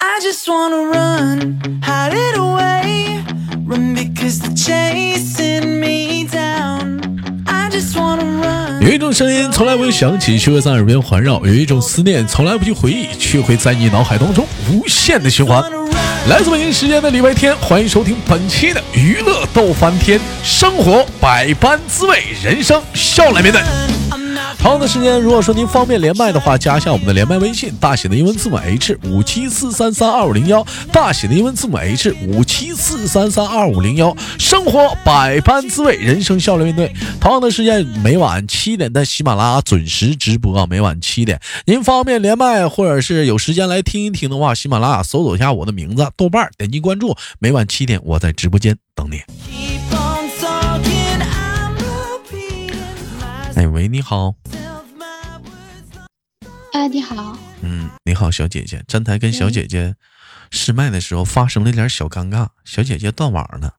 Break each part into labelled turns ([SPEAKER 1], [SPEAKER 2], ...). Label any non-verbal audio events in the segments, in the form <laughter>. [SPEAKER 1] I just wanna run, hide it away. Run because they're chasing me down. I just wanna run.
[SPEAKER 2] 有一种声音从来不会响起，却会在耳边环绕；有一种思念从来不去回忆，却会在你脑海当中无限的循环。来自北京时间的礼拜天，欢迎收听本期的娱乐逗翻天，生活百般滋味，人生笑来面对。
[SPEAKER 1] I'm not
[SPEAKER 2] 同样的时间，如果说您方便连麦的话，加一下我们的连麦微信，大写的英文字母 H 五七四三三二五零幺，大写的英文字母 H 五七四三三二五零幺。生活百般滋味，人生笑来面对。同样的时间，每晚七点在喜马拉雅准时直播啊，每晚七点。您方便连麦或者是有时间来听一听的话，喜马拉雅搜索一下我的名字豆瓣儿，点击关注，每晚七点我在直播间等你。
[SPEAKER 1] keep on talking. I'm repeating
[SPEAKER 2] 哎喂，你好，
[SPEAKER 1] myself, my words.
[SPEAKER 3] 哎，你好，
[SPEAKER 2] 嗯，你好，小姐姐。站台跟小姐姐试麦的时候发生了一点小尴尬，小姐姐断网了。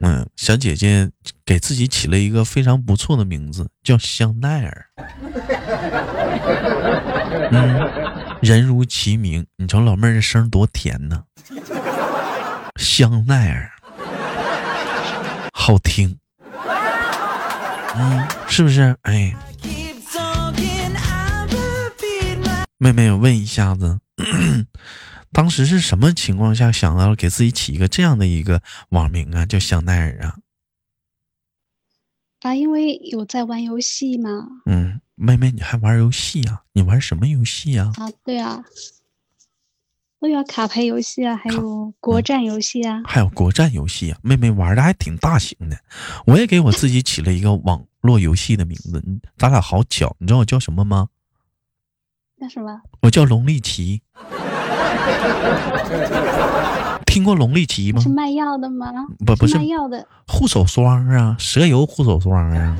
[SPEAKER 2] 嗯，小姐姐给自己起了一个非常不错的名字，叫香奈儿。嗯，人如其名，你瞅老妹儿这声儿多甜呐，香奈儿，好听。嗯，是不是？哎。
[SPEAKER 1] Keep talking. I repeat my
[SPEAKER 2] 妹妹，我问一下子， <coughs> 当时是什么情况下想到给自己起一个这样的一个网名啊，叫香奈儿啊？
[SPEAKER 3] 啊，因为有在玩游戏嘛，
[SPEAKER 2] 嗯，妹妹，你还玩游戏啊？你玩什么游戏啊？
[SPEAKER 3] 啊，对啊，对啊，卡牌游戏啊，还有
[SPEAKER 2] 嗯
[SPEAKER 3] 国战游戏啊，
[SPEAKER 2] 还有国战游戏啊？妹妹玩的还挺大型的。我也给我自己起了一个网络游戏的名字，你咱俩好巧，你知道我叫什么吗？
[SPEAKER 3] 那什么，
[SPEAKER 2] 我叫龙力奇。 <laughs> 听过龙力奇吗
[SPEAKER 3] 是？卖药的吗？
[SPEAKER 2] 嗯不不是
[SPEAKER 3] 卖药的，
[SPEAKER 2] 护手霜啊，蛇油护手霜 <laughs> 啊。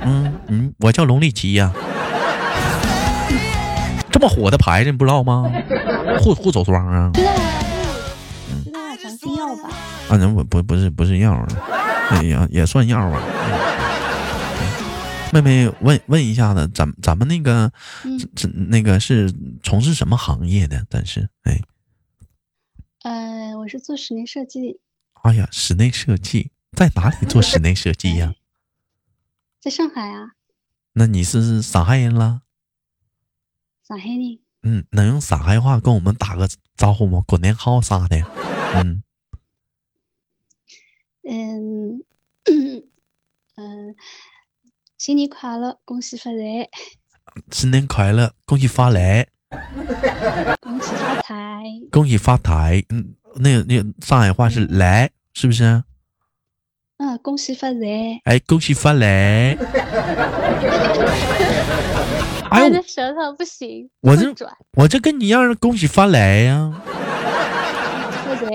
[SPEAKER 2] 嗯嗯，我叫龙力奇呀、这么火的牌子你不知道吗？护护手霜啊，
[SPEAKER 3] 知道啊，知道啊，咱是药吧？
[SPEAKER 2] 啊，那不不不是不是药啊，哎呀也算药啊。嗯妹妹问问一下子，咱们咱们那个，
[SPEAKER 3] 嗯
[SPEAKER 2] 这这那个是从事什么行业的？咱是哎，
[SPEAKER 3] 呃，我是做室内设计，
[SPEAKER 2] 哎呀，室内设计在哪里做室内设计
[SPEAKER 3] <laughs>
[SPEAKER 2] 呀、
[SPEAKER 3] 在上海啊，
[SPEAKER 2] 那你是上海人啦？
[SPEAKER 3] 上海人，
[SPEAKER 2] 嗯，能用上海话跟我们打个招呼吗？过年好啥的？嗯，
[SPEAKER 3] 嗯，嗯，新年快乐，恭喜发财，
[SPEAKER 2] 新年快乐，恭喜发来，
[SPEAKER 3] 恭喜发财，
[SPEAKER 2] 恭喜发财。嗯，那个那个上海话是来，是不是？
[SPEAKER 3] 嗯，恭喜发财，
[SPEAKER 2] 哎，恭喜发来。哎
[SPEAKER 3] 我
[SPEAKER 2] 呦
[SPEAKER 3] 的，舌头不行，
[SPEAKER 2] 我
[SPEAKER 3] 不
[SPEAKER 2] 这
[SPEAKER 3] 转，
[SPEAKER 2] 我这跟你一样，恭喜发来呀、
[SPEAKER 3] 发财。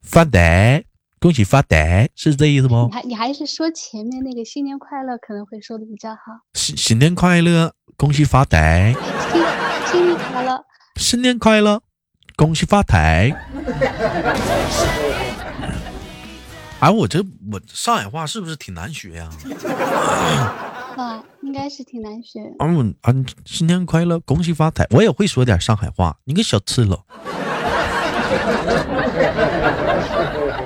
[SPEAKER 2] 发财，恭喜发财，是这意思不
[SPEAKER 3] 你？还你还是说前面那个新年快乐可能会说的比较好。
[SPEAKER 2] 新新年快乐，恭喜发财，
[SPEAKER 3] 新新年快乐，
[SPEAKER 2] 新年快乐，恭喜发 <laughs> 财。哎，我这我上海话是不是挺难学呀、
[SPEAKER 3] 啊，应该是挺难学。
[SPEAKER 2] 啊，我啊，新年快乐，恭喜发财。我也会说点上海话，你个小赤佬。 <laughs>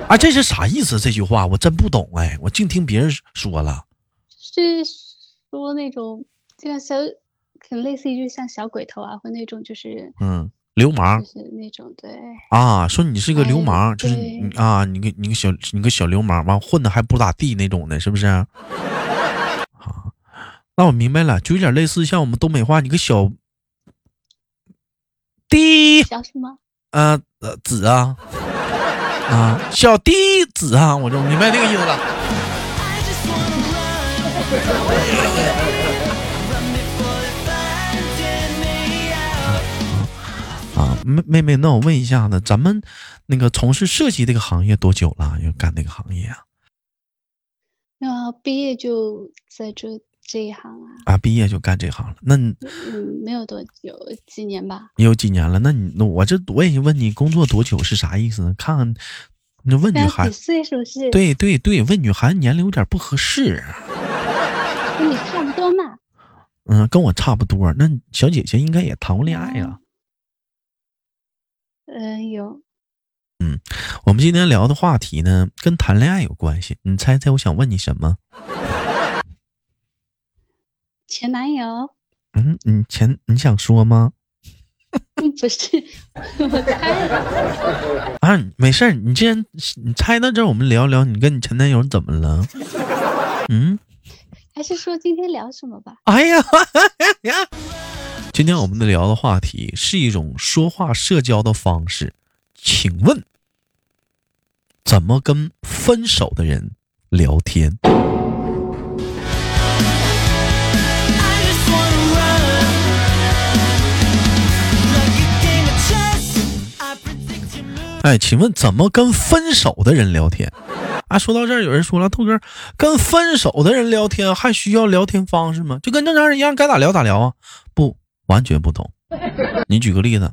[SPEAKER 2] 啊，这是啥意思？这句话我真不懂哎，我净听别人说了。
[SPEAKER 3] 是说那种就像小，可能类似于就像小鬼头啊，或那种就是
[SPEAKER 2] 嗯，流
[SPEAKER 3] 就
[SPEAKER 2] 氓
[SPEAKER 3] 是那种对，
[SPEAKER 2] 啊，说你是个流氓，
[SPEAKER 3] 哎
[SPEAKER 2] 就是
[SPEAKER 3] 对
[SPEAKER 2] 你啊，你个你个小你个小流氓，完混的还不咋地那种的，是不是？啊，那我明白了，就有点类似像我们东北话，你个小滴。
[SPEAKER 3] 小什么？
[SPEAKER 2] 啊，呃，子啊，啊，小弟子啊，我就明白这个意思了。 <laughs>
[SPEAKER 1] I just wanna run. Run before they find me out.
[SPEAKER 2] 啊，妹妹妹，那我问一下子，咱们那个从事设计这个行业多久了？要干这个行业啊？
[SPEAKER 3] 那毕业就在这这一行啊，
[SPEAKER 2] 啊，毕业就干这行了？那你
[SPEAKER 3] 嗯，没有多久，几年吧。
[SPEAKER 2] 有几年了？那你那我这我也问你，工作多久是啥意思呢？看看，你问女
[SPEAKER 3] 那
[SPEAKER 2] 孩
[SPEAKER 3] 几，岁是不是？，
[SPEAKER 2] 对对啊对，问女孩年龄有点不合适。
[SPEAKER 3] 跟你差不多嘛。
[SPEAKER 2] 嗯，跟我差不多。那小姐姐应该也谈过恋爱呀。
[SPEAKER 3] 嗯，有
[SPEAKER 2] 我们今天聊的话题呢，跟谈恋爱有关系。你猜猜我想问你什么？
[SPEAKER 3] 前男友？
[SPEAKER 2] 嗯，你前你想说吗？
[SPEAKER 3] 嗯不是，我猜的。
[SPEAKER 2] 啊，没事儿，你既然你猜到这儿，我们聊聊你跟你前男友怎么了？嗯，
[SPEAKER 3] 还是说今天聊什么吧？
[SPEAKER 2] 哎呀， <laughs> 今天我们的聊的话题是一种说话社交的方式，请问怎么跟分手的人聊天？
[SPEAKER 1] I just wanna run like a game of chess. I predict your moves.
[SPEAKER 2] 哎，请问怎么跟分手的人聊天？啊，说到这儿，有人说了，豆哥，跟分手的人聊天还需要聊天方式吗？就跟正常人一样，该咋聊咋聊啊？不，完全不同。你举个例子，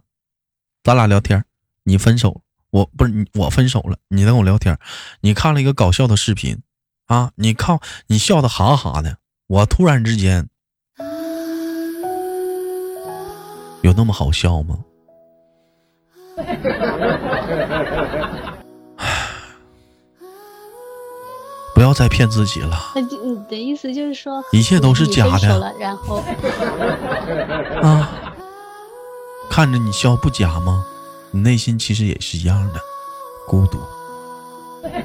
[SPEAKER 2] 咱俩聊天，你分手了，我不是你，我分手了，你跟我聊天，你看了一个搞笑的视频，啊，你看你笑的哈哈的，我突然之间，有那么好笑吗？不要再骗自己了。
[SPEAKER 3] 那就你的意思就是说，
[SPEAKER 2] 一切都是
[SPEAKER 3] 你
[SPEAKER 2] 假
[SPEAKER 3] 分
[SPEAKER 2] 的
[SPEAKER 3] 手了，然后
[SPEAKER 2] 啊，看着你笑不假吗？你内心其实也是一样的孤独。
[SPEAKER 1] I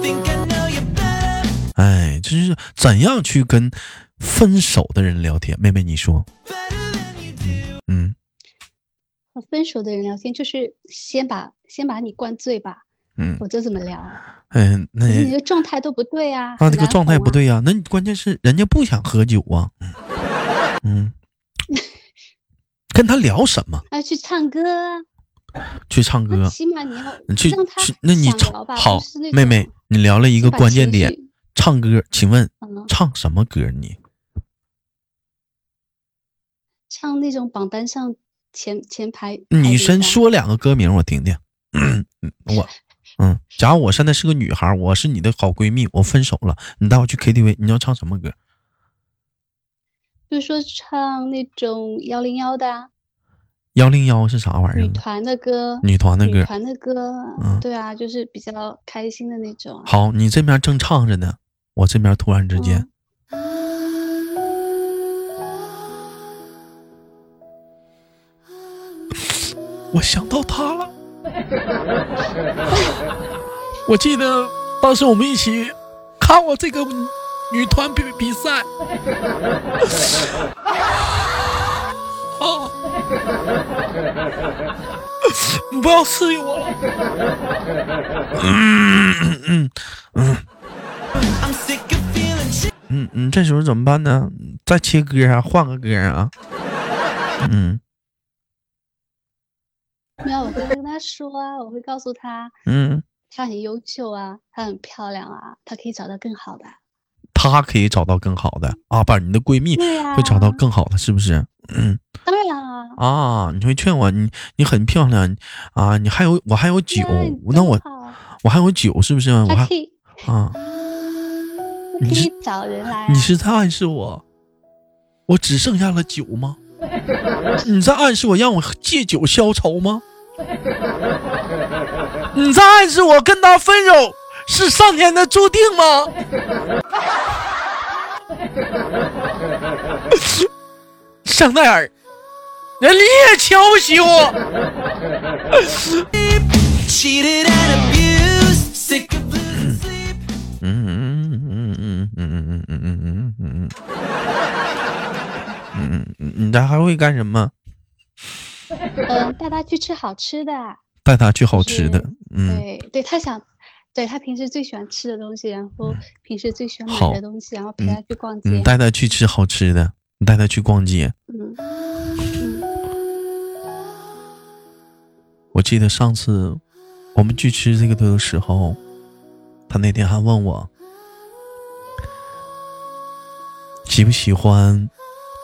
[SPEAKER 1] think I know you better.
[SPEAKER 2] 哎，这就是怎样去跟分手的人聊天？妹妹，你说，
[SPEAKER 1] Better than you do.
[SPEAKER 2] 嗯
[SPEAKER 3] 和分手的人聊天，就是先把先把你灌醉吧，
[SPEAKER 2] 嗯，
[SPEAKER 3] 我就怎么聊，
[SPEAKER 2] 哎，那
[SPEAKER 3] 可是你的状态都不对啊，
[SPEAKER 2] 啊，
[SPEAKER 3] 很
[SPEAKER 2] 这个
[SPEAKER 3] 难
[SPEAKER 2] 状态
[SPEAKER 3] 哄
[SPEAKER 2] 不
[SPEAKER 3] 啊，
[SPEAKER 2] 对呀、那你关键是人家不想喝酒啊，嗯，跟他聊什么？
[SPEAKER 3] 啊，去唱歌啊，
[SPEAKER 2] 去唱
[SPEAKER 3] 那
[SPEAKER 2] 歌，
[SPEAKER 3] 起码你要
[SPEAKER 2] 你去
[SPEAKER 3] 让他
[SPEAKER 2] 去，那你
[SPEAKER 3] 想
[SPEAKER 2] 唱
[SPEAKER 3] 聊吧，
[SPEAKER 2] 好
[SPEAKER 3] 不是那，
[SPEAKER 2] 妹
[SPEAKER 3] 种
[SPEAKER 2] 妹，你聊了一
[SPEAKER 3] 就
[SPEAKER 2] 个
[SPEAKER 3] 把
[SPEAKER 2] 关键
[SPEAKER 3] 情
[SPEAKER 2] 点，
[SPEAKER 3] 绪
[SPEAKER 2] 唱歌，请问
[SPEAKER 3] 嗯，
[SPEAKER 2] 唱什么歌你？
[SPEAKER 3] 唱那种榜单上前前排，排
[SPEAKER 2] 你
[SPEAKER 3] 名
[SPEAKER 2] 先
[SPEAKER 3] 的，
[SPEAKER 2] 说两个歌名我听听。 <clears throat> 嗯
[SPEAKER 3] <laughs>
[SPEAKER 2] 我，嗯，假如我现在是个女孩，我是你的好闺蜜，我分手了，你带我去 KTV，你要唱什么歌？
[SPEAKER 3] 就说唱那种幺零幺的啊
[SPEAKER 2] 幺零幺是啥玩意
[SPEAKER 3] 女
[SPEAKER 2] 儿？
[SPEAKER 3] 团的歌，
[SPEAKER 2] 哎女团的歌
[SPEAKER 3] 女。团的歌啊，
[SPEAKER 2] 嗯
[SPEAKER 3] 对啊，就是比较开心的那种啊。
[SPEAKER 2] 好，你这边正唱着呢，我这边突然之间，
[SPEAKER 3] 嗯
[SPEAKER 2] 我想到他了。我记得当时我们一起看我这个女团比比赛。啊！你不要刺激我了。嗯嗯
[SPEAKER 1] I'm sick of feeling shit.
[SPEAKER 2] 嗯嗯，这时候怎么办呢？再切歌啊，换个歌啊。嗯
[SPEAKER 3] 没有，我会跟他说啊，我会告诉他，
[SPEAKER 2] 嗯，
[SPEAKER 3] 他很优秀啊，他很漂亮啊，他可以找到更好的。
[SPEAKER 2] 她可以找到更好的啊，不，你的闺蜜
[SPEAKER 3] 对呀、
[SPEAKER 2] 会找到更好的，是不是？嗯。
[SPEAKER 3] 当然啊，
[SPEAKER 2] 啊，你会劝我，你你很漂亮啊，你还有我还有酒
[SPEAKER 3] 对啊你，
[SPEAKER 2] 那
[SPEAKER 3] 多
[SPEAKER 2] 我
[SPEAKER 3] 好
[SPEAKER 2] 我还有酒是不是？我
[SPEAKER 3] 他哎
[SPEAKER 2] 还
[SPEAKER 3] 可以，
[SPEAKER 2] 啊，
[SPEAKER 3] 他可
[SPEAKER 2] 你是
[SPEAKER 3] 以找人来、啊。
[SPEAKER 2] 你是在暗示我，我只剩下了酒
[SPEAKER 3] <laughs>
[SPEAKER 2] 吗？你在暗示我让我借酒消愁吗？你在暗示我跟他分手是上天的注定
[SPEAKER 3] <laughs>
[SPEAKER 2] 吗？香奈儿，人家也瞧不起我。
[SPEAKER 1] Cheated and abused. Sick of losing sleep.
[SPEAKER 2] 嗯嗯嗯嗯嗯嗯嗯嗯嗯嗯嗯嗯嗯嗯，你咱还会干什么？
[SPEAKER 3] 嗯，带他去吃好吃的啊，
[SPEAKER 2] 带他去好吃的
[SPEAKER 3] 是，
[SPEAKER 2] 嗯，
[SPEAKER 3] 对对，他想。对他平时最喜欢吃的东西，然后平时最喜欢
[SPEAKER 2] 嗯好
[SPEAKER 3] 买的东西，然后陪
[SPEAKER 2] 嗯
[SPEAKER 3] 他去逛街
[SPEAKER 2] 你。带他去吃好吃的，你带他去逛街。
[SPEAKER 3] 嗯，
[SPEAKER 2] 我记得上次我们去吃这个的时候，他那天还问我喜不喜欢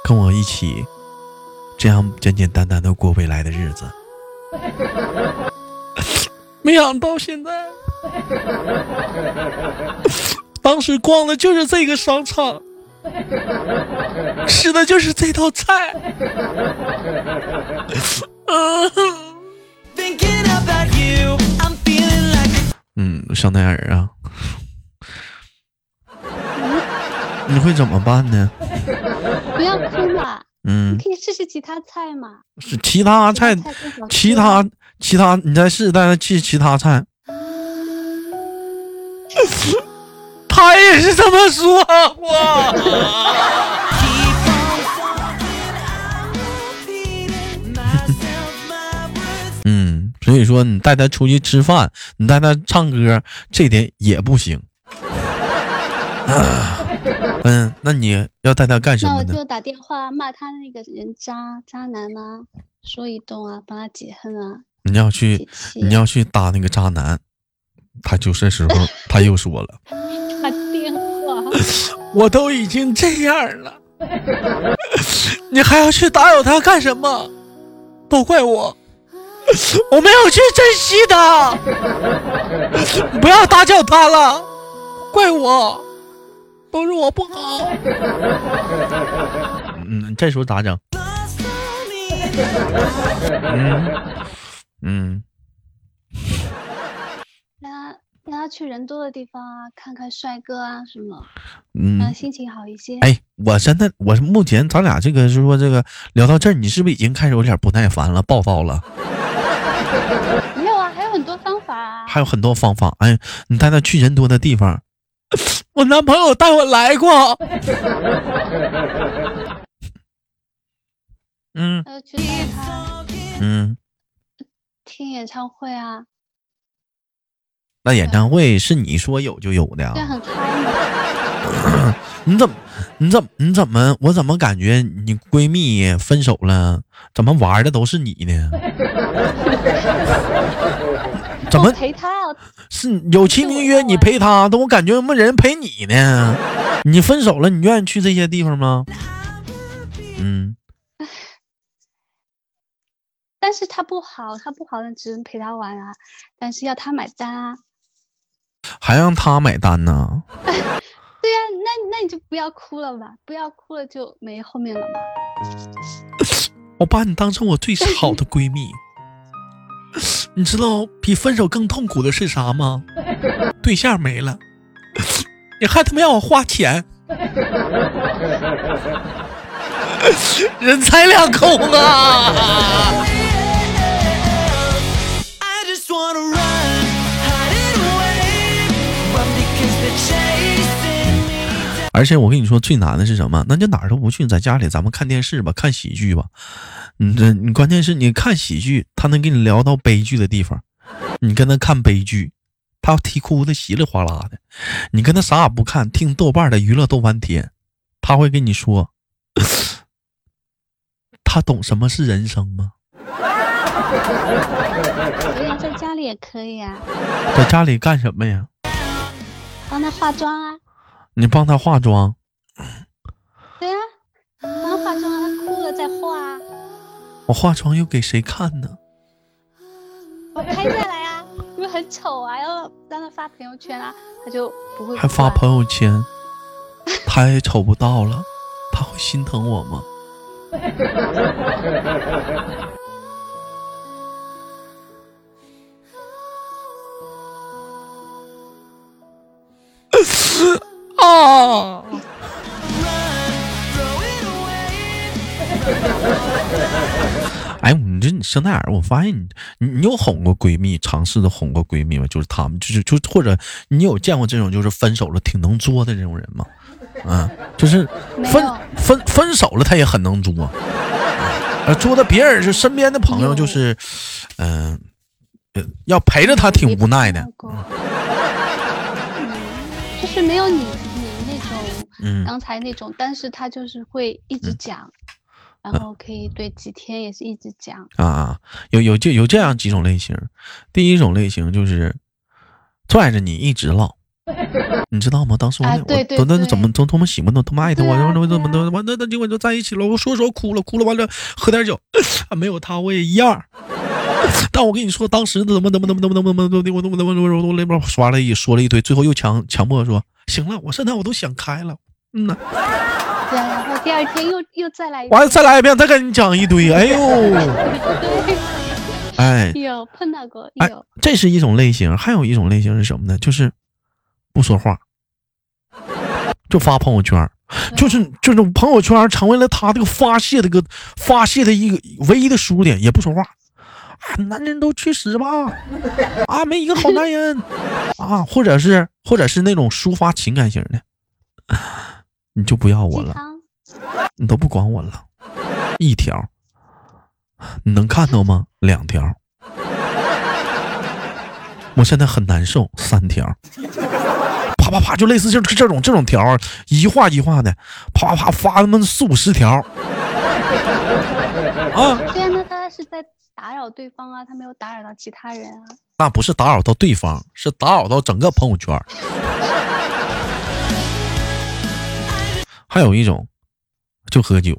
[SPEAKER 2] 跟我一起这样简简单单的过未来的日子。 <laughs> 没想到现在， <laughs> 当时逛的就是这个商场，吃的就是这道菜。
[SPEAKER 1] Thinking about you, I'm feeling like a
[SPEAKER 2] 嗯，香奈儿啊，你会怎么办呢？
[SPEAKER 3] 不要哭嘛，
[SPEAKER 2] 嗯，
[SPEAKER 3] 可以试试其他菜嘛。
[SPEAKER 2] 是其他菜，其
[SPEAKER 3] 其他
[SPEAKER 2] 他其他，你再试，再试其他菜。他也是这么说过。
[SPEAKER 1] keep on falling. I'm repeating myself, my words.
[SPEAKER 2] 嗯，所以说你带他出去吃饭，你带他唱歌，这点也不行。 <laughs> 啊嗯，那你要带他干什
[SPEAKER 3] 那
[SPEAKER 2] 么
[SPEAKER 3] 我
[SPEAKER 2] 呢？
[SPEAKER 3] 就打电话骂他那个人渣渣男啊，说一顿啊，帮他解恨啊，
[SPEAKER 2] 你要去
[SPEAKER 3] 解气。
[SPEAKER 2] 你要去搭那个渣男，他就这时候他又说了，
[SPEAKER 3] 打啊电话， <laughs>
[SPEAKER 2] 我都已经这样了， <laughs> 你还要去打扰他干什么？都怪我，我没有去珍惜他，不要打搅他了，怪我，都是我不好。嗯，这时候咋整？
[SPEAKER 1] Lost on me.
[SPEAKER 2] 嗯，
[SPEAKER 3] 让他让他去人多的地方啊，看看帅哥啊什么，
[SPEAKER 2] 嗯
[SPEAKER 3] 让他心情好一些。
[SPEAKER 2] 哎，我真的，我是目前咱俩这个是说这个聊到这儿，你是不是已经开始有点不耐烦了，暴躁了？
[SPEAKER 3] 没有啊，还有很多方法啊。
[SPEAKER 2] 还有很多方法，哎，你带他去人多的地方。 <laughs> 我男朋友带我来过。嗯
[SPEAKER 3] 还有呃去看他
[SPEAKER 2] 嗯，
[SPEAKER 3] 听演唱会啊，
[SPEAKER 2] 那演唱会是你说有就有的
[SPEAKER 3] 这样
[SPEAKER 2] 啊？
[SPEAKER 3] 很嗨嘛。
[SPEAKER 2] 你怎么，你怎么，你怎么，我怎么感觉你闺蜜分手了，怎么玩的都是你呢？ <laughs> 怎么
[SPEAKER 3] 我陪他啊？
[SPEAKER 2] 是有其名曰你陪她，但我感觉没人陪你呢。你分手了，你愿意去这些地方吗？嗯，
[SPEAKER 3] 但是他不好，他不好，那只能陪他玩啊。但是要他买单啊。
[SPEAKER 2] 还让她买单呢？
[SPEAKER 3] 对呀、那那你就不要哭了吧，不要哭了就没后面了嘛。
[SPEAKER 2] 我把你当成我最好的闺蜜，你知道比分手更痛苦的是啥吗？对象没了，你还他妈让我花钱，人财两空啊！
[SPEAKER 1] I just wanna run, hide it away. Run because they're chasing me.
[SPEAKER 2] 而且我跟你说，最难的是什么？那就哪儿都不去，在家里咱们看电视吧，看喜剧吧。你这你关键是你看喜剧，他能跟你聊到悲剧的地方，你跟他看悲剧，他啼哭的稀里哗啦的。你跟他啥也不看，听豆瓣的娱乐豆翻天，他会跟你说， <sniffs> 他懂什么是人生吗？
[SPEAKER 3] 对呀、在家里也可以啊，
[SPEAKER 2] 在家里干什么呀？
[SPEAKER 3] 帮他化妆啊。
[SPEAKER 2] 你帮他化妆，
[SPEAKER 3] 对呀、帮他化妆啊，他哭了再化啊，
[SPEAKER 2] 我化妆又给谁看呢？
[SPEAKER 3] 我拍下来啊。因为很丑啊，要让他发朋友圈啊，他就不会
[SPEAKER 2] 还发
[SPEAKER 3] 哭啊
[SPEAKER 2] 朋友圈，他也瞅不到了，他会心疼我吗？啊！
[SPEAKER 1] Throw it away.
[SPEAKER 2] 哎，你这你香奈儿，我发现你你你有哄过闺蜜，尝试的哄过闺蜜吗？就是他们，就是就或者你有见过这种就是分手了挺能作的这种人吗？啊，就是
[SPEAKER 3] 没
[SPEAKER 2] 分
[SPEAKER 3] 有
[SPEAKER 2] 分分手了，他也很能作，啊，作的别人是身边的朋友，就是嗯、呃要陪着他挺无奈的
[SPEAKER 3] 没，碰到过嗯，就是没有你你那种，
[SPEAKER 2] 嗯
[SPEAKER 3] 刚才那种，但是他就是会一直讲，
[SPEAKER 2] 嗯
[SPEAKER 3] 然后可以对几天也是一直讲，
[SPEAKER 2] 啊，有有这有这样几种类型，第一种类型就是拽着你一直唠。你知道吗？当时我
[SPEAKER 3] 啊
[SPEAKER 2] 那、
[SPEAKER 3] 对对
[SPEAKER 2] 我都那
[SPEAKER 3] 对
[SPEAKER 2] 怎么都他妈喜欢都他妈爱他，
[SPEAKER 3] 对
[SPEAKER 2] 我
[SPEAKER 3] 啊
[SPEAKER 2] 怎么
[SPEAKER 3] 对
[SPEAKER 2] 怎么
[SPEAKER 3] 啊
[SPEAKER 2] 都完那那结果就在一起了。我说说哭了哭了，完了喝点酒，啊没有他我也一样。但我跟你说，当时怎么怎么怎么怎么怎么怎么怎么我怎么怎么怎么我那边刷了一说了一堆，最后又强强迫说行了，我现在我都想开了，嗯呐，
[SPEAKER 3] 遍，然后第二天又又再来一遍。
[SPEAKER 2] 完了再来一遍，再跟你讲一堆，哎呦，哎，
[SPEAKER 3] <laughs> 有碰到过，
[SPEAKER 2] 哎
[SPEAKER 3] 有，
[SPEAKER 2] 这是一种类型，还有一种类型是什么呢？就是不说话，就发朋友圈儿，就是这种朋友圈儿成为了他这个发泄的一个发泄的一个唯一的输点，也不说话。啊，男人都去死吧！啊，没一个好男人啊，或者是或者是那种抒发情感型的，你就不要我
[SPEAKER 3] 鸡
[SPEAKER 2] 了。
[SPEAKER 3] 汤，
[SPEAKER 2] 你都不管我了，一条，你能看到吗？两条，我现在很难受，三条，啪啪啪，就类似这这种这种条儿，一画一画的，啪啪发他妈四五十条，啊，
[SPEAKER 3] 虽然呢，他是在打扰对方啊，他没有打扰到其他人啊。
[SPEAKER 2] 那不是打扰到对方，是打扰到整个朋友圈儿。还有一种，就喝酒，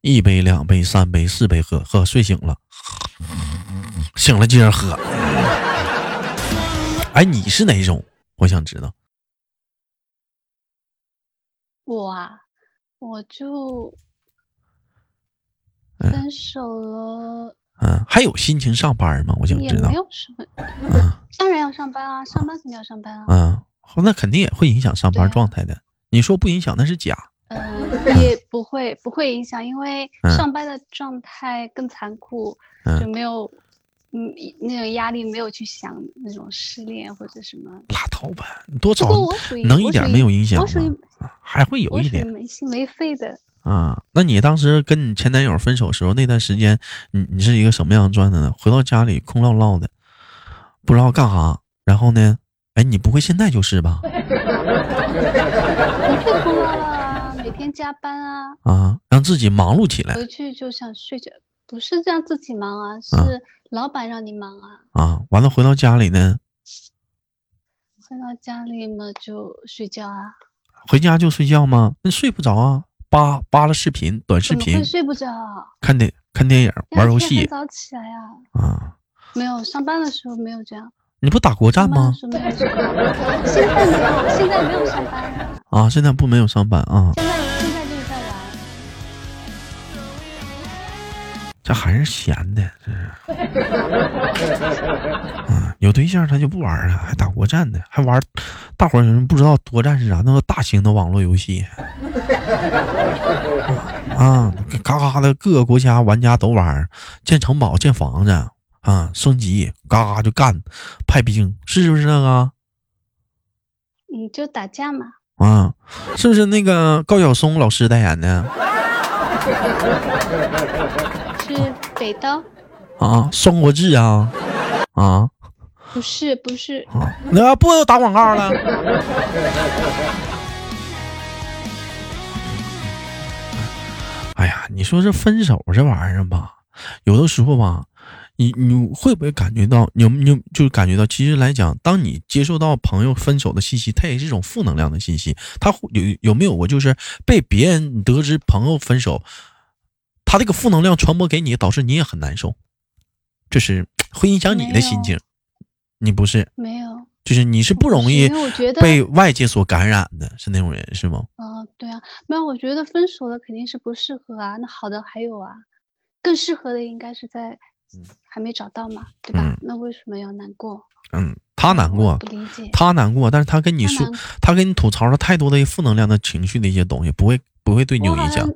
[SPEAKER 2] 一杯、两杯、三杯、四杯喝，喝睡醒了，醒了接着喝。哎，你是哪种？我想知道。
[SPEAKER 3] 我啊，我就
[SPEAKER 2] 嗯
[SPEAKER 3] 分手了，
[SPEAKER 2] 嗯，还有心情上班吗？我想
[SPEAKER 3] 也
[SPEAKER 2] 知道
[SPEAKER 3] 没。有什么，
[SPEAKER 2] 嗯
[SPEAKER 3] 当然要上班啊，上班肯定要上班啊。
[SPEAKER 2] 嗯，那肯定也会影响上班
[SPEAKER 3] 对啊
[SPEAKER 2] 状态的。你说不影响那是假。
[SPEAKER 3] 嗯，也不会不会影响，因为
[SPEAKER 2] 嗯
[SPEAKER 3] 上班的状态更残酷，就
[SPEAKER 2] 嗯，
[SPEAKER 3] 没有嗯一那种压力，没有去想那种失恋或者什么。
[SPEAKER 2] 拉倒吧，你多
[SPEAKER 3] 不
[SPEAKER 2] 找
[SPEAKER 3] 过我属于
[SPEAKER 2] 能一
[SPEAKER 3] 我
[SPEAKER 2] 点
[SPEAKER 3] 属于
[SPEAKER 2] 没有影响
[SPEAKER 3] 我属
[SPEAKER 2] 吗
[SPEAKER 3] 于
[SPEAKER 2] 还会有
[SPEAKER 3] 我
[SPEAKER 2] 一
[SPEAKER 3] 属于
[SPEAKER 2] 点。
[SPEAKER 3] 没心没肺的，
[SPEAKER 2] 啊，那你当时跟你前男友分手时候那段时间，你你是一个什么样的状态呢？回到家里空落落的，不知道干啥。然后呢，哎，你不会现在就是吧？
[SPEAKER 3] 不会工作啊，每天加班啊，
[SPEAKER 2] 啊，让自己忙碌起来
[SPEAKER 3] 回去就想睡觉，不是让自己忙啊，是老板让你忙啊。
[SPEAKER 2] 啊。完了，回到家里呢，
[SPEAKER 3] 回到家里嘛就睡觉啊，
[SPEAKER 2] 回家就睡觉吗？那睡不着啊，扒扒拉视频、短视
[SPEAKER 3] 怎么会
[SPEAKER 2] 频，
[SPEAKER 3] 睡不着啊？
[SPEAKER 2] 看电看电影、
[SPEAKER 3] 第二
[SPEAKER 2] 玩游
[SPEAKER 3] 天很
[SPEAKER 2] 戏
[SPEAKER 3] 早起来啊，
[SPEAKER 2] 啊。
[SPEAKER 3] 没有上班的时候没有这样，
[SPEAKER 2] 你不打国战
[SPEAKER 3] 上班的
[SPEAKER 2] 吗？
[SPEAKER 3] 时候没有这样。现在没有，现在没有上班，
[SPEAKER 2] 啊，现在不没有上班啊，
[SPEAKER 3] 现在现在就是在玩。
[SPEAKER 2] 这还是闲的，这是。 <laughs> 嗯，有对象他就不玩了，还打国战呢，还玩。大伙儿有人不知道国战是啥，那个大型的网络游戏。 <laughs> 啊，嘎嘎的，各个国家玩家都玩儿，建城堡、建房子啊，升级，嘎嘎就干，派兵，是不是那个？
[SPEAKER 3] 你就打架嘛，
[SPEAKER 2] 啊，是不是那个高晓松老师代言的
[SPEAKER 3] 是北刀，
[SPEAKER 2] 啊？双国志啊，啊。
[SPEAKER 3] 不是不是，
[SPEAKER 2] 啊，那不打广告了。 <laughs> 哎呀，你说这分手这玩意儿吧，有的时候吧，你你会不会感觉到，你有你有就感觉到，其实来讲，当你接受到朋友分手的信息，它也是一种负能量的信息。他会有有没有过，就是被别人得知朋友分手，他这个负能量传播给你，导致你也很难受，这是会影响你的心
[SPEAKER 3] 没
[SPEAKER 2] 情。
[SPEAKER 3] 有
[SPEAKER 2] 你不是，
[SPEAKER 3] 没有，
[SPEAKER 2] 就是你是不容
[SPEAKER 3] 是
[SPEAKER 2] 易
[SPEAKER 3] 因为我觉得
[SPEAKER 2] 被外界所感染的，是那种人是吗？
[SPEAKER 3] 嗯，对啊，没有，我觉得分手了肯定是不适合啊，那好的还有啊，更适合的应该是在还没找到嘛，对吧
[SPEAKER 2] 嗯？
[SPEAKER 3] 那为什么要难过？
[SPEAKER 2] 嗯，他难过
[SPEAKER 3] 我，不理解。
[SPEAKER 2] 他难过，但是他跟你
[SPEAKER 3] 他
[SPEAKER 2] 说
[SPEAKER 3] 难，
[SPEAKER 2] 他跟你吐槽了太多的负能量的情绪的一些东西，不会不会对你有
[SPEAKER 3] 我好
[SPEAKER 2] 影响
[SPEAKER 3] 像。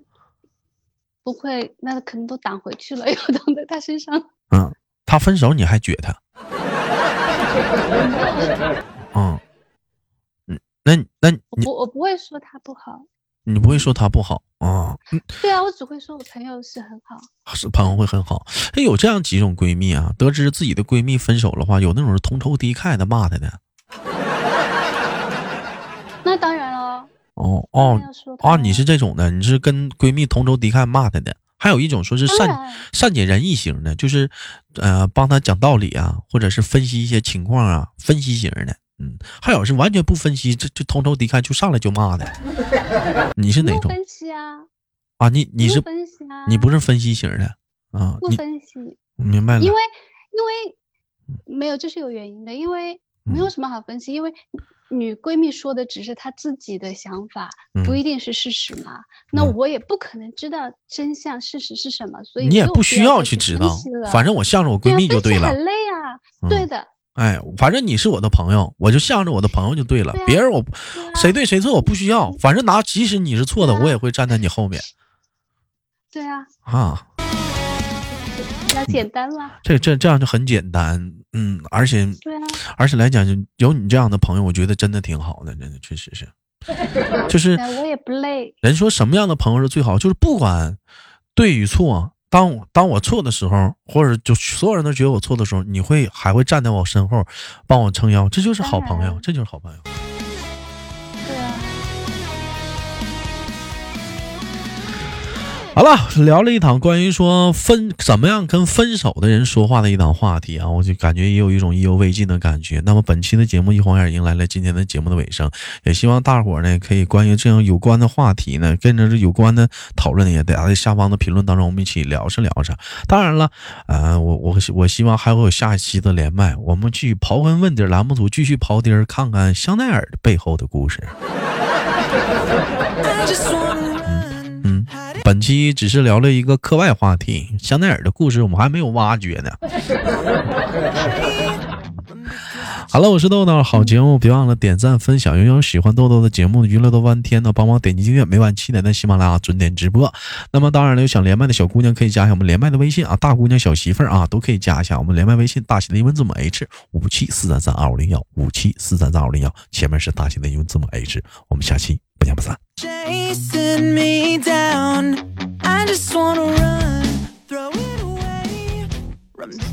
[SPEAKER 3] 不会，那可能都挡回去了，又挡在他身上。
[SPEAKER 2] 嗯，他分手你还撅
[SPEAKER 3] <laughs>
[SPEAKER 2] 他，嗯，嗯，那你那
[SPEAKER 3] 我
[SPEAKER 2] 你
[SPEAKER 3] 不，我不会说他不好。
[SPEAKER 2] 你不会说他不好啊？嗯
[SPEAKER 3] 对啊，我只会说我朋友是很好。
[SPEAKER 2] 是朋友会很好。哎，有这样几种闺蜜啊，得知自己的闺蜜分手的话，有那种是同仇敌忾的骂她的。
[SPEAKER 3] 那当然了，
[SPEAKER 2] 哦哦
[SPEAKER 3] 当然，要说
[SPEAKER 2] 啊，
[SPEAKER 3] 他
[SPEAKER 2] 你是这种的，你是跟闺蜜同仇敌忾骂她的，还有一种说是
[SPEAKER 3] 当
[SPEAKER 2] 善
[SPEAKER 3] 然
[SPEAKER 2] 善解人意型的，就是呃帮她讲道理啊，或者是分析一些情况啊，分析型的，嗯，还有是完全不分析，这就同仇敌忾就上来就骂的，你是
[SPEAKER 3] 不
[SPEAKER 2] 哪
[SPEAKER 3] 用
[SPEAKER 2] 种
[SPEAKER 3] 分析啊？
[SPEAKER 2] 啊？你你
[SPEAKER 3] 不
[SPEAKER 2] 是
[SPEAKER 3] 分析啊？
[SPEAKER 2] 你不是分析型的啊？
[SPEAKER 3] 不
[SPEAKER 2] 你
[SPEAKER 3] 分析？
[SPEAKER 2] 明白了嗯
[SPEAKER 3] 因为因为没有，这是有原因的，因为没有什么好分析，因为女闺蜜说的只是她自己的想法，不
[SPEAKER 2] 嗯
[SPEAKER 3] 一定是事实嘛。那
[SPEAKER 2] 嗯
[SPEAKER 3] 我也不可能知道真相事实是什么，所以
[SPEAKER 2] 你也
[SPEAKER 3] 没有
[SPEAKER 2] 不
[SPEAKER 3] 必
[SPEAKER 2] 需要
[SPEAKER 3] 再
[SPEAKER 2] 去知
[SPEAKER 3] 分
[SPEAKER 2] 道
[SPEAKER 3] 析了，
[SPEAKER 2] 反正我向着我闺蜜就
[SPEAKER 3] 对啊分
[SPEAKER 2] 对
[SPEAKER 3] 析
[SPEAKER 2] 了。
[SPEAKER 3] 很累啊，
[SPEAKER 2] 嗯
[SPEAKER 3] 对的，
[SPEAKER 2] 哎，反正你是我的朋友，我就向着我的朋友就对了。
[SPEAKER 3] 对啊
[SPEAKER 2] 别人我
[SPEAKER 3] 对啊
[SPEAKER 2] 谁对谁错我不需要，反正哪即使你是错的，我也会站在你后面
[SPEAKER 3] 对啊，
[SPEAKER 2] 啊。
[SPEAKER 3] 比较简单啦，
[SPEAKER 2] 这这这样就很简单，嗯，而且
[SPEAKER 3] 对啊，
[SPEAKER 2] 而且来讲，就有你这样的朋友，我觉得真的挺好的，真的确实是，就是
[SPEAKER 3] <laughs> 对啊，我也不累，
[SPEAKER 2] 人说什么样的朋友是最好，就是不管对与错，当我当我错的时候，或者就所有人都觉得我错的时候，你会还会站在我身后帮我撑腰，这就是好朋
[SPEAKER 3] 当
[SPEAKER 2] 友
[SPEAKER 3] 然，
[SPEAKER 2] 这就是好朋友。
[SPEAKER 3] 对啊，
[SPEAKER 2] 好了，聊了一档关于说分怎么样跟分手的人说话的一档话题啊，我就感觉也有一种意犹未尽的感觉。那么本期的节目一晃眼迎来了今天的节目的尾声，也希望大伙儿呢可以关于这样有关的话题呢，跟着这有关的讨论呢，也在下方的评论当中我们一起聊是聊着。当然了，呃，我我希我希望还会有下一期的连麦，我们去刨根问底儿栏目组继续刨底儿，看看香奈儿背后的故事。
[SPEAKER 1] I just wanna run.
[SPEAKER 2] 嗯。
[SPEAKER 1] Hide it
[SPEAKER 2] 本期只是聊了一个课外话题，香奈儿的故事我们还没有挖掘呢。好了，我是豆豆，好节目别忘了点赞分享。有有喜欢豆豆的节目《娱乐豆翻天》呢，帮忙点击订阅，每晚七点在喜马拉雅准点直播。那么当然了，有想连麦的小姑娘可以加一下我们连麦的微信啊，大姑娘、小媳妇儿啊都可以加一下我们连麦微信，大写的英文字母 H 五七四三三二五零幺五七四三三二五零幺，前面是大写的英文字母 H。我们下期不见不散。
[SPEAKER 1] chasing me down. I just wanna run, throw it away. Run